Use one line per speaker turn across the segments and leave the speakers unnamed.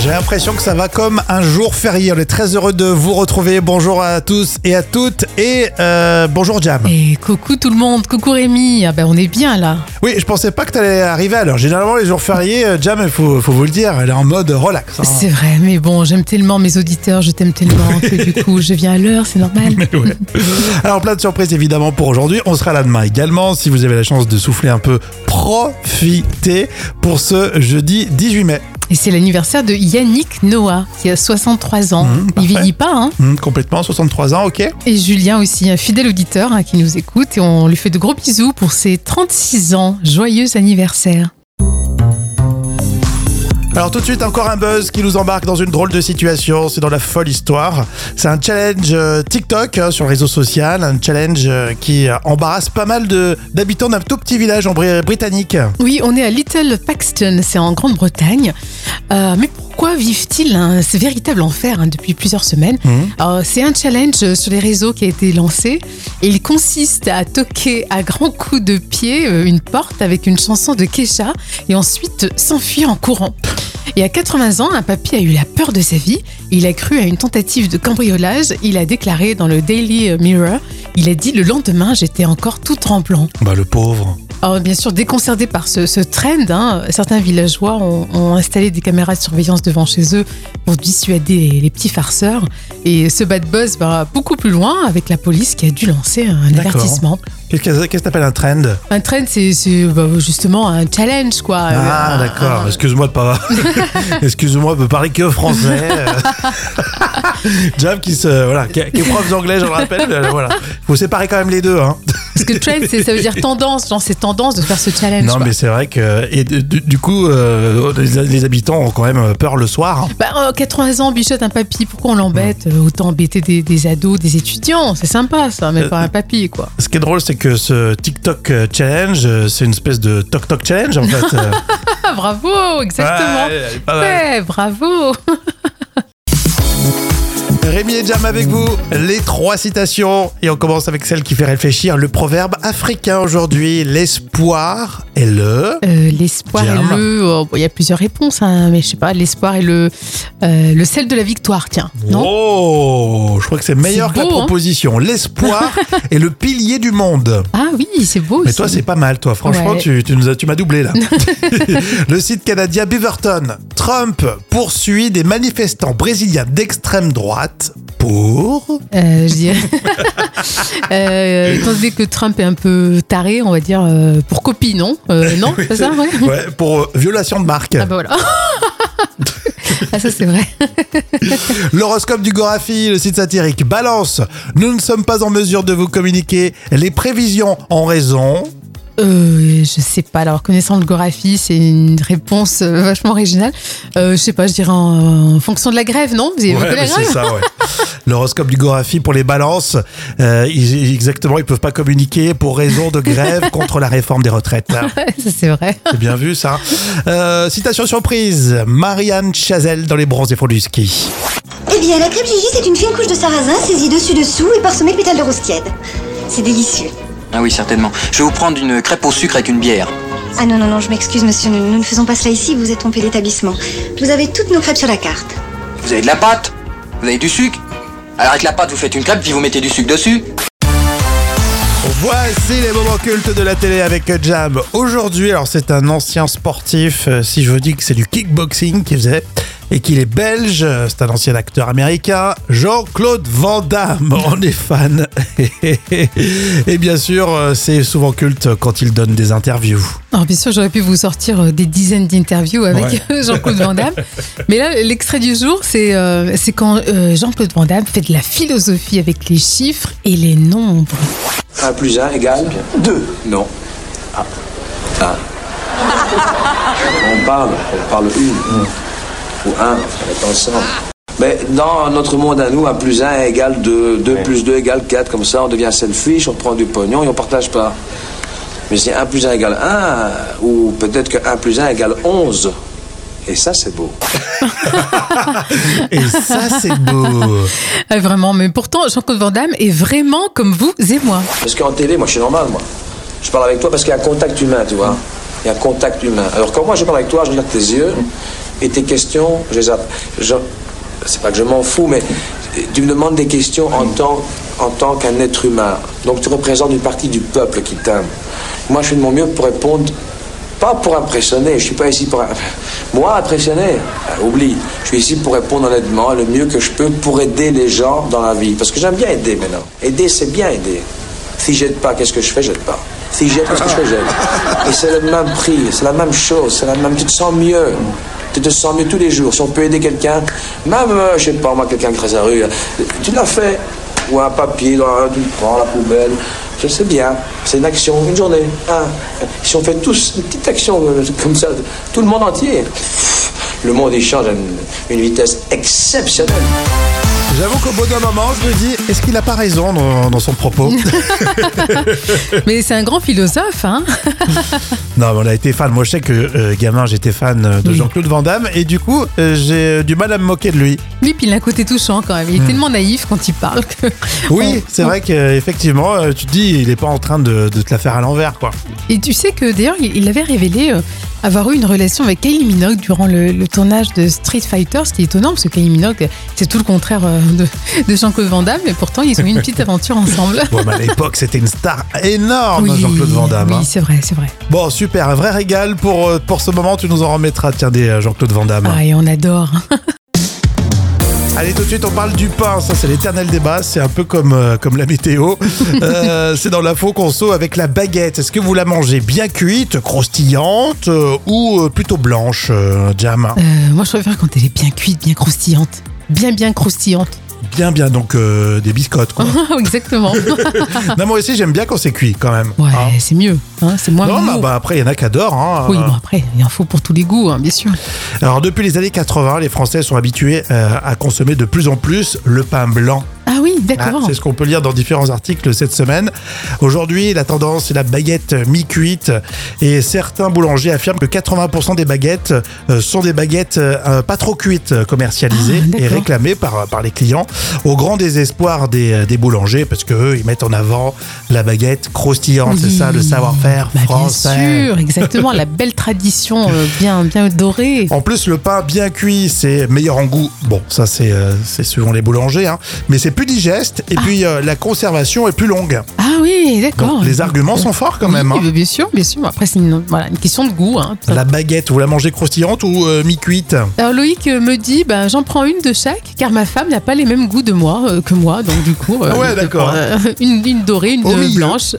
J'ai l'impression que ça va comme un jour férié. On est très heureux de vous retrouver. Bonjour à tous et à toutes. Et euh, bonjour Jam.
Et coucou tout le monde, coucou Rémi, ah ben on est bien là.
Oui, je pensais pas que t'allais arriver à l'heure. Généralement, les jours fériés, euh, Jam, il faut, faut vous le dire, elle est en mode relax. hein.
C'est vrai, mais bon, j'aime tellement mes auditeurs, je t'aime tellement que du coup je viens à l'heure, c'est normal.
Mais ouais. Alors, plein de surprises évidemment pour aujourd'hui. On sera là demain également. Si vous avez la chance de souffler un peu, profitez pour ce jeudi 18 mai.
Et c'est l'anniversaire de Yannick Noah, qui a 63 ans.
Mmh,
Il
parfait.
vieillit pas, hein
Hum, complètement, 63 ans, ok
Et Julien aussi, un fidèle auditeur hein, qui nous écoute, et on lui fait de gros bisous pour ses 36 ans. Joyeux anniversaire.
Alors tout de suite encore un buzz qui nous embarque dans une drôle de situation, c'est dans la folle histoire. C'est un challenge euh, TikTok hein, sur le réseau social, un challenge euh, qui euh, embarrasse pas mal de- d'habitants d'un tout petit village en Bri- euh, britannique.
Oui, on est à Little Paxton, c'est en Grande-Bretagne. Euh, mais pourquoi vivent-ils un ce véritable enfer hein, depuis plusieurs semaines
Mhm.
Euh, C'est un challenge sur les réseaux qui a été lancé. Et il consiste à toquer à grands coups de pied euh, une porte avec une chanson de Kesha et ensuite euh, s'enfuir en courant. Et à 80 ans, un papy a eu la peur de sa vie. Il a cru à une tentative de cambriolage. Il a déclaré dans le Daily Mirror, il a dit le lendemain j'étais encore tout tremblant.
Bah le pauvre.
Alors, Oh, bien sûr, déconcertés par ce, ce trend, hein, certains villageois ont, ont installé des caméras de surveillance devant chez eux pour dissuader les, les petits farceurs. Et ce bad buzz va beaucoup plus loin avec la police qui a dû lancer un
D'accord.
avertissement.
Qu'est-ce que qu'est-ce que t'appelles un trend
Un trend, c'est c'est, bah, justement un challenge, quoi.
Ah
Euh,
d'accord,
un-
excuse-moi de pas... excuse-moi de parler que français. euh. Jam qui se... Voilà, qui, qui est prof d'anglais, je le rappelle. mais, euh, Voilà. Faut séparer quand même les deux. Hein.
Parce que trend, c'est- ça veut dire tendance, genre c'est tendance de faire ce challenge.
Non
quoi.
mais c'est vrai que... Et du, du coup, euh, les, les habitants ont quand même peur le soir. hein.
Bah, euh, 80 ans, bichotte un papy, pourquoi on l'embête Euh, Autant embêter des, des ados, des étudiants, c'est sympa ça, mais
Euh,
pas un papy, quoi.
Ce qui est drôle, c'est que ce TikTok euh, challenge, euh, c'est une espèce de Tok Tok challenge en fait. Euh,
Ah, bravo, exactement.
ouais, elle est pas mal.
Ouais, bravo
Rémi et Jam avec vous, les trois citations. Et on commence avec celle qui fait réfléchir le proverbe africain aujourd'hui. L'espoir est le.
Euh, L'espoir et
Jam.
le... oh, bon, Il y a plusieurs réponses, hein, mais je sais pas, l'espoir et le... euh, le sel de la victoire, tiens. Non
oh, je crois que c'est meilleur
C'est
que la
beau, hein.
proposition. L'espoir est le pilier du monde.
Ah oui, c'est beau
Mais
aussi.
toi, c'est pas mal, toi. Franchement,
Ouais.
tu, tu nous as- tu m'as doublé, là. le site canadien Beaverton. Trump poursuit des manifestants brésiliens d'extrême droite pour.
Euh, je dirais... euh, étant donné que Trump est un peu taré, on va dire, euh, pour copie, non Euh, Non, c'est ça, ouais
Ouais, pour euh, violation de marque.
Ah bah voilà Ah ça c'est vrai.
L'horoscope du Gorafi, le site satirique. Balance. Nous ne sommes pas en mesure de vous communiquer les prévisions en raison.
Euh, je sais pas. Alors connaissant le Gorafi, c'est une réponse euh, vachement originale. Euh, je sais pas. Je dirais en, en fonction de la grève, non Vous avez évoqué
Ouais,
la
mais
grève
c'est ça, ouais. L'horoscope du Gorafi pour les balances. euh, ils- exactement, ils peuvent pas communiquer pour raison de grève contre la réforme des retraites.
Ça, c'est vrai.
C'est bien vu ça. Euh, citation surprise, Marianne Chazelle dans les bronzes et fonds du ski.
Eh bien, la crêpe Gigi, c'est une fine couche de sarrasin saisie dessus-dessous et parsemée de pétales de rose tiède. C'est délicieux.
Ah oui, certainement. Je vais vous prendre une crêpe au sucre avec une bière.
Ah non, non, non, je m'excuse, monsieur, nous, nous ne faisons pas cela ici, vous êtes trompé d'établissement. Vous avez toutes nos crêpes sur la carte.
Vous avez de la pâte Vous avez du sucre Alors avec la pâte, vous faites une crêpe, puis vous mettez du sucre dessus.
Voici les moments cultes de la télé avec Jam. Aujourd'hui, alors c'est un ancien sportif, euh, si je vous dis que c'est du kickboxing qu'il faisait, et qu'il est belge, euh, c'est un ancien acteur américain, Jean-Claude Van Damme, on est fan. et bien sûr, euh, c'est souvent culte quand il donne des interviews.
Alors bien sûr, j'aurais pu vous sortir euh, des dizaines d'interviews avec Jean-Claude Van Damme. Mais là, l'extrait du jour, c'est euh, c'est quand euh, Jean-Claude Van Damme fait de la philosophie avec les chiffres et les nombres.
1 plus 1 égale 2. Non. Ah. On parle, on parle une. Ou un, on est ensemble. Mais dans notre monde à nous, 1 plus 1 égale 2, 2 plus 2 égale 4, comme ça on devient selfish, on prend du pognon et on partage pas. Mais c'est 1 plus 1 égale 1, ou peut-être que 1 plus 1 égale 11. Et ça c'est beau.
Et ça, c'est beau.
Ah, vraiment, mais pourtant, Jean-Claude Van Damme est vraiment comme vous et moi.
Parce qu'en télé, moi, je suis normal, moi. Je parle avec toi parce qu'il y a un contact humain, tu vois. Il y a un contact humain. Alors quand moi, je parle avec toi, je regarde tes yeux Et tes questions, je les app- je- c'est pas que je m'en fous, mais tu me demandes des questions en tant, en tant qu'un être humain. Donc tu représentes une partie du peuple qui t'aime. Moi, je fais de mon mieux pour répondre, pas pour impressionner, je suis pas ici pour... Moi, impressionner, euh, oublie. Je suis ici pour répondre honnêtement le mieux que je peux pour aider les gens dans la vie. Parce que j'aime bien aider maintenant. Aider, c'est bien aider. Si j'aide pas, qu'est-ce que je fais J'aide pas. Si j'aide, qu'est-ce que je fais J'aide. Et c'est le même prix, c'est la même chose, c'est la même. Tu te sens mieux. Tu te sens mieux tous les jours. Si on peut aider quelqu'un, même, euh, je sais pas, moi, quelqu'un qui traverse la rue, euh, tu l'as fait. Ou un papier, dans la- tu le prends, la poubelle. Je sais bien, c'est une action, une journée. un. Si on fait tous une petite action euh, comme ça, tout le monde entier, le monde il change à une- une vitesse exceptionnelle.
J'avoue qu'au bout d'un moment, je me dis, est-ce qu'il a pas raison dans, dans son propos
Mais c'est un grand philosophe, hein
Non, mais on a été fan. Moi, je sais que euh, gamin, j'étais fan euh, de Jean-Claude Van Damme et du coup, euh, j'ai euh, du mal à me moquer de lui.
Oui, puis il a un côté touchant quand même. Il est tellement naïf quand il parle que. Oh.
Oui, c'est vrai qu'effectivement, euh, tu te dis, il est pas en train de, de te la faire à l'envers, quoi.
Et tu sais que d'ailleurs, il il avait révélé euh, avoir eu une relation avec Kylie Minogue durant le, le tournage de Street Fighter, ce qui est étonnant parce que Kylie Minogue, c'est tout le contraire euh, de, de Jean-Claude Van Damme, mais pourtant ils ont eu une petite aventure ensemble.
Bon, mais à l'époque, c'était une star énorme, Jean-Claude Van Damme.
oui,
hein.
c'est vrai, c'est vrai.
Bon, super, un vrai régal pour, euh, pour ce moment. Tu nous en remettras, tiens, des euh, Jean-Claude Van Damme.
Ah, et on adore.
Allez, tout de suite, on parle du pain. Ça, c'est l'éternel débat. C'est un peu comme, euh, comme la météo. Euh, c'est dans l'info conso avec la baguette. Est-ce que vous la mangez bien cuite, croustillante euh, ou euh, plutôt blanche, euh, Jam
Euh, moi, je préfère quand elle est bien cuite, bien croustillante. Bien, bien croustillante.
Bien, bien, donc euh, des biscottes, quoi.
Exactement.
non, moi aussi, j'aime bien quand c'est cuit, quand même.
Ouais,
Hein
c'est mieux. hein, c'est moins
non,
mou.
bah, bah, après, il y en a qui adorent. hein.
Oui, bon, après, il en faut pour tous les goûts, hein, bien sûr.
Alors, depuis les années 80, les Français sont habitués euh, à consommer de plus en plus le pain blanc.
Ah oui,
Ah,
d'accord.
c'est ce qu'on peut lire dans différents articles cette semaine. Aujourd'hui, la tendance est la baguette mi-cuite et certains boulangers affirment que 80% des baguettes euh, sont des baguettes euh, pas trop cuites euh, commercialisées
Ah, d'accord.
et réclamées par, par les clients au grand désespoir des, euh, des boulangers parce que eux, ils mettent en avant la baguette croustillante, Oh, c'est ça le
Oui.
savoir-faire
Bah, Bien
français.
sûr, exactement, la belle tradition euh, bien, bien dorée.
En plus, le pain bien cuit, c'est meilleur en goût. Bon, ça, c'est euh, c'est selon les boulangers, hein. mais c'est plus digeste et puis euh, la conservation est plus longue.
Ah oui,
Donc,
d'accord.
les arguments sont forts quand
Oui,
même. hein.
bah, Bien sûr, bien sûr. Après, c'est une, voilà, une question de goût. hein.
La baguette, vous la mangez croustillante ou euh, mi-cuite
Alors Loïc euh, me dit, ben, j'en prends une de chaque, car ma femme n'a pas les mêmes goûts de moi euh, que moi, donc du coup, euh,
Ah ouais,
je
d'accord.
prends, euh, une, une dorée, une
Au
de
milieu.
blanche.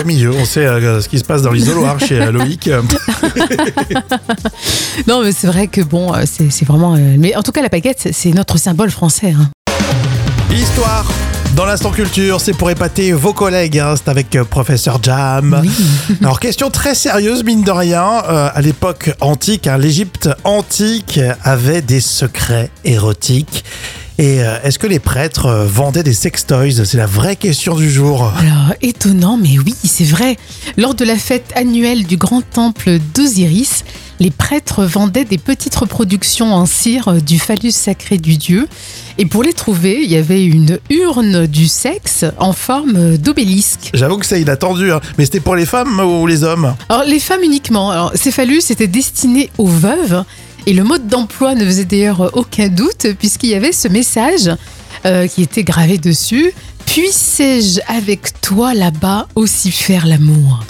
Au milieu, on sait euh, ce qui se passe dans l'isoloir chez euh, Loïc.
Non, mais c'est vrai que bon, euh, c'est c'est vraiment. euh, mais en tout cas, la baguette, c'est- c'est notre symbole français. hein.
Histoire dans l'instant culture, c'est pour épater vos collègues, hein, c'est avec euh, professeur Jam. Alors question très sérieuse mine de rien, Euh, à l'époque antique, hein, l'Égypte antique avait des secrets érotiques. Et euh, est-ce que les prêtres euh, vendaient des sextoys C'est la vraie question du jour.
Alors, étonnant, mais oui, c'est vrai. Lors de la fête annuelle du grand temple d'Osiris, les prêtres vendaient des petites reproductions en cire euh, du phallus sacré du dieu. Et pour les trouver, il y avait une urne du sexe en forme euh, d'obélisque.
J'avoue que c'est inattendu, hein. mais c'était pour les femmes ou les hommes
Alors, les femmes uniquement. Alors, ces phallus étaient destinés aux veuves. Et le mode d'emploi ne faisait d'ailleurs aucun doute, puisqu'il y avait ce message euh, qui était gravé dessus. Puissais-je avec toi là-bas aussi faire l'amour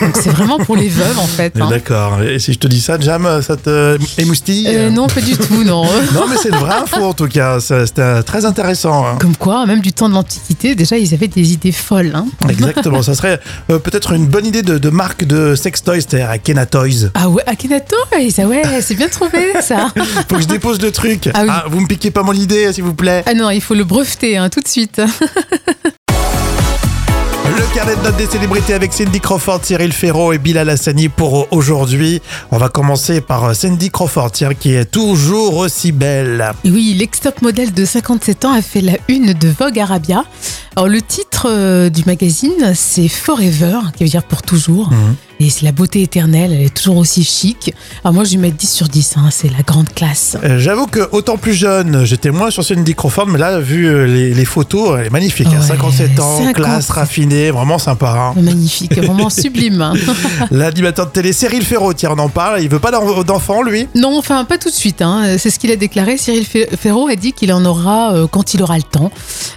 Donc c'est vraiment pour les veuves en fait. hein.
D'accord. Et si je te dis ça, Jam, ça te émoustille
Euh, non, pas du tout, non.
Non, mais c'est une vraie info en tout cas. Ça, C'était euh, très intéressant. hein.
Comme quoi, même du temps de l'Antiquité, déjà ils avaient des idées folles. hein.
Exactement. Ça serait euh, peut-être une bonne idée de, de marque de sextoys, c'est-à-dire Akena Toys.
Ah ouais, Akhenaton, ah ouais, c'est bien trouvé ça.
Faut que je dépose le truc.
Ah oui.
vous me piquez pas mon idée, s'il vous plaît.
Ah non, il faut le breveter hein, tout de suite.
Le carnet de notes des célébrités avec Cindy Crawford, Cyril Ferraud et Bilal Hassani pour euh, aujourd'hui. On va commencer par euh, Cindy Crawford, tiens, qui est toujours aussi belle.
Et Oui, l'ex-top modèle de 57 ans a fait la une de Vogue Arabia.
Mhm.
Alors, le titre euh, du magazine, c'est Forever, qui veut dire pour toujours. Et c'est la beauté éternelle, elle est toujours aussi chic. Alors moi, je lui mets 10 sur 10, hein, c'est la grande classe.
Euh, J'avoue que autant plus jeune, j'étais moins sur Cindy Crawford, mais là, vu euh, les, les photos, elle est magnifique. hein,
Ouais,
57 ans,
57.
classe raffinée, vraiment sympa. hein.
Magnifique, vraiment sublime. hein.
L'animateur de télé Cyril Ferraud, tiens, on en parle. Il veut pas d'en- d'enfant, lui.
Non, enfin, pas tout de suite. hein. C'est ce qu'il a déclaré. Cyril Fe- Ferraud a dit qu'il en aura euh, quand il aura le temps.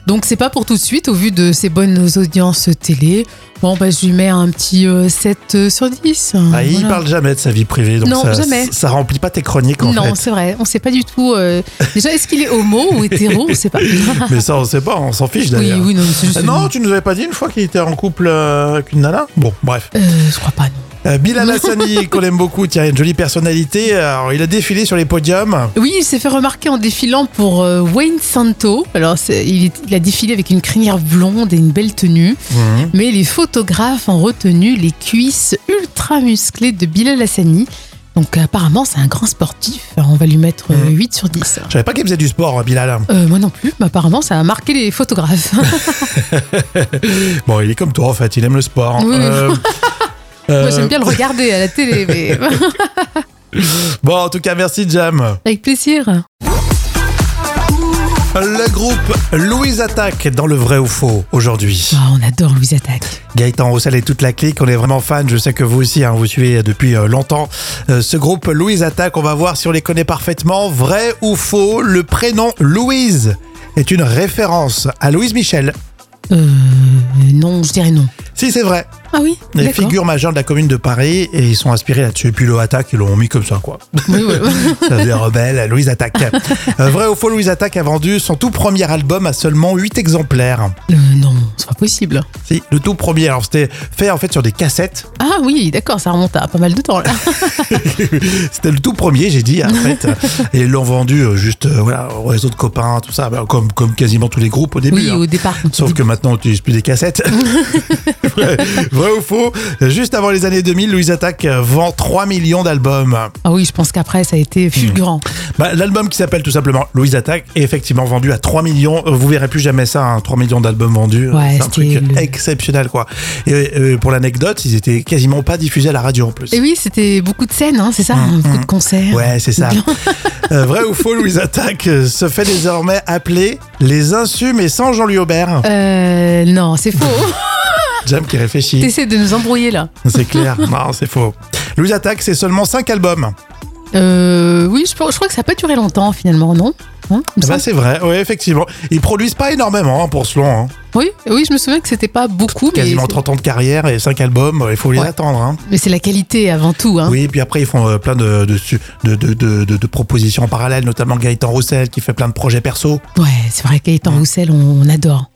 Donc, c'est pas pour tout de suite, au vu de ses bonnes audiences télé. Bon, bah, je lui mets un petit euh, 7 sur 10. hein,
Ah, il
voilà.
parle jamais de sa vie privée, donc
Non,
ça,
jamais.
ça remplit pas tes chroniques en
Non,
fait.
c'est vrai. On sait pas du tout. euh, Déjà, est-ce qu'il est homo ou hétéro On sait pas. oui,
Mais ça, on sait pas, on s'en fiche d'ailleurs.
oui, non, mais c'est juste.
Ah Non, tu nous avais pas dit une fois qu'il était en couple euh, avec une nana Bon, bref.
Euh, je crois pas, non.
Euh, Bilal Hassani, qu'on aime beaucoup, tiens, une jolie personnalité. Alors, il a défilé sur les podiums.
Oui, il s'est fait remarquer en défilant pour euh, Wayne Santo. Alors, c'est- il, est- il a défilé avec une crinière blonde et une belle tenue.
Mhm.
Mais les photographes ont retenu les cuisses ultra musclées de Bilal Hassani. Donc, apparemment, c'est un grand sportif. Alors, on va lui mettre euh,
Mhm.
8 sur 10.
Je savais pas qu'il faisait du sport, hein, Bilal.
Euh, moi non plus, mais apparemment, ça a marqué les photographes.
Bon, il est comme toi en fait, il aime le sport.
Oui, oui. moi,
euh,
j'aime bien le regarder à la télé, mais
Bon, en tout cas, merci Jam.
avec plaisir.
Le groupe Louise Attaque dans le vrai ou faux aujourd'hui.
Ah, on adore Louise Attaque.
Gaëtan Roussel et toute la clique, on est vraiment fans. Je sais que vous aussi, hein, vous suivez depuis euh, longtemps euh, ce groupe Louise Attaque. On va voir si on les connaît parfaitement. Vrai ou faux, le prénom Louise est une référence à Louise Michel.
Euh, non, je dirais non.
Si c'est vrai,
Ah oui
les
d'accord.
figures majeures de la commune de Paris et ils sont inspirés là-dessus. Et puis le Attaque, ils l'ont mis comme ça, quoi.
Oui, oui, oui.
Ça faisait rebelle, Louise Attaque. Euh, vrai ou faux, Louise Attaque a vendu son tout premier album à seulement 8 exemplaires.
Euh, non, c'est pas possible.
Si, le tout premier. Alors, c'était fait en fait sur des cassettes.
Ah oui, d'accord, ça remonte à pas mal de temps là.
C'était le tout premier, j'ai dit, en fait. Et ils l'ont vendu euh, juste euh, voilà, au réseau de copains, tout ça, bah, comme, comme quasiment tous les groupes au début.
oui,
hein.
au départ.
Sauf que maintenant, on n'utilise plus des cassettes. vrai, vrai ou faux Juste avant les années 2000, Louise Attaque euh, vend 3 millions d'albums.
Ah oui, je pense qu'après ça a
Hmm.
été fulgurant.
Bah, L'album qui s'appelle tout simplement Louise Attaque est effectivement vendu à 3 millions. Euh, Vous verrez plus jamais ça, hein, 3 millions d'albums vendus.
Ouais,
C'est un truc
c'était le-
exceptionnel, quoi. Et euh, pour l'anecdote, ils étaient quasiment pas diffusés à la radio en plus.
Et oui, c'était beaucoup de scènes, hein, c'est ça Beaucoup de concerts.
Hmm, Ouais, c'est ça. Euh, vrai ou faux, Louise Attaque euh, se fait désormais appeler les insumes et sans Jean-Louis Aubert.
Euh, non, c'est faux.
Jam qui réfléchit.
T'essaies de nous embrouiller là.
C'est clair. Non, c'est faux. Louise Attaque, c'est seulement 5 albums. Ah
Euh, oui, je, pense- je crois que ça n'a pas duré longtemps finalement, non Hein, il
Ah bah,
me semble.
c'est vrai, oui, effectivement. Ils produisent pas énormément hein, pour Slon. Hein.
oui, oui, je me souviens que c'était pas beaucoup, mais,
Quasiment 30 ans de carrière et 5 albums, euh, il faut les
Ouais.
attendre. Hein.
mais c'est la qualité avant tout. Hein.
Oui, et puis après, ils font euh, plein de, de, su- de, de, de- de- de propositions en parallèle, notamment Gaëtan Roussel qui fait plein de projets perso. Hmm.
Ouais, c'est vrai, Gaëtan Roussel, on, on adore.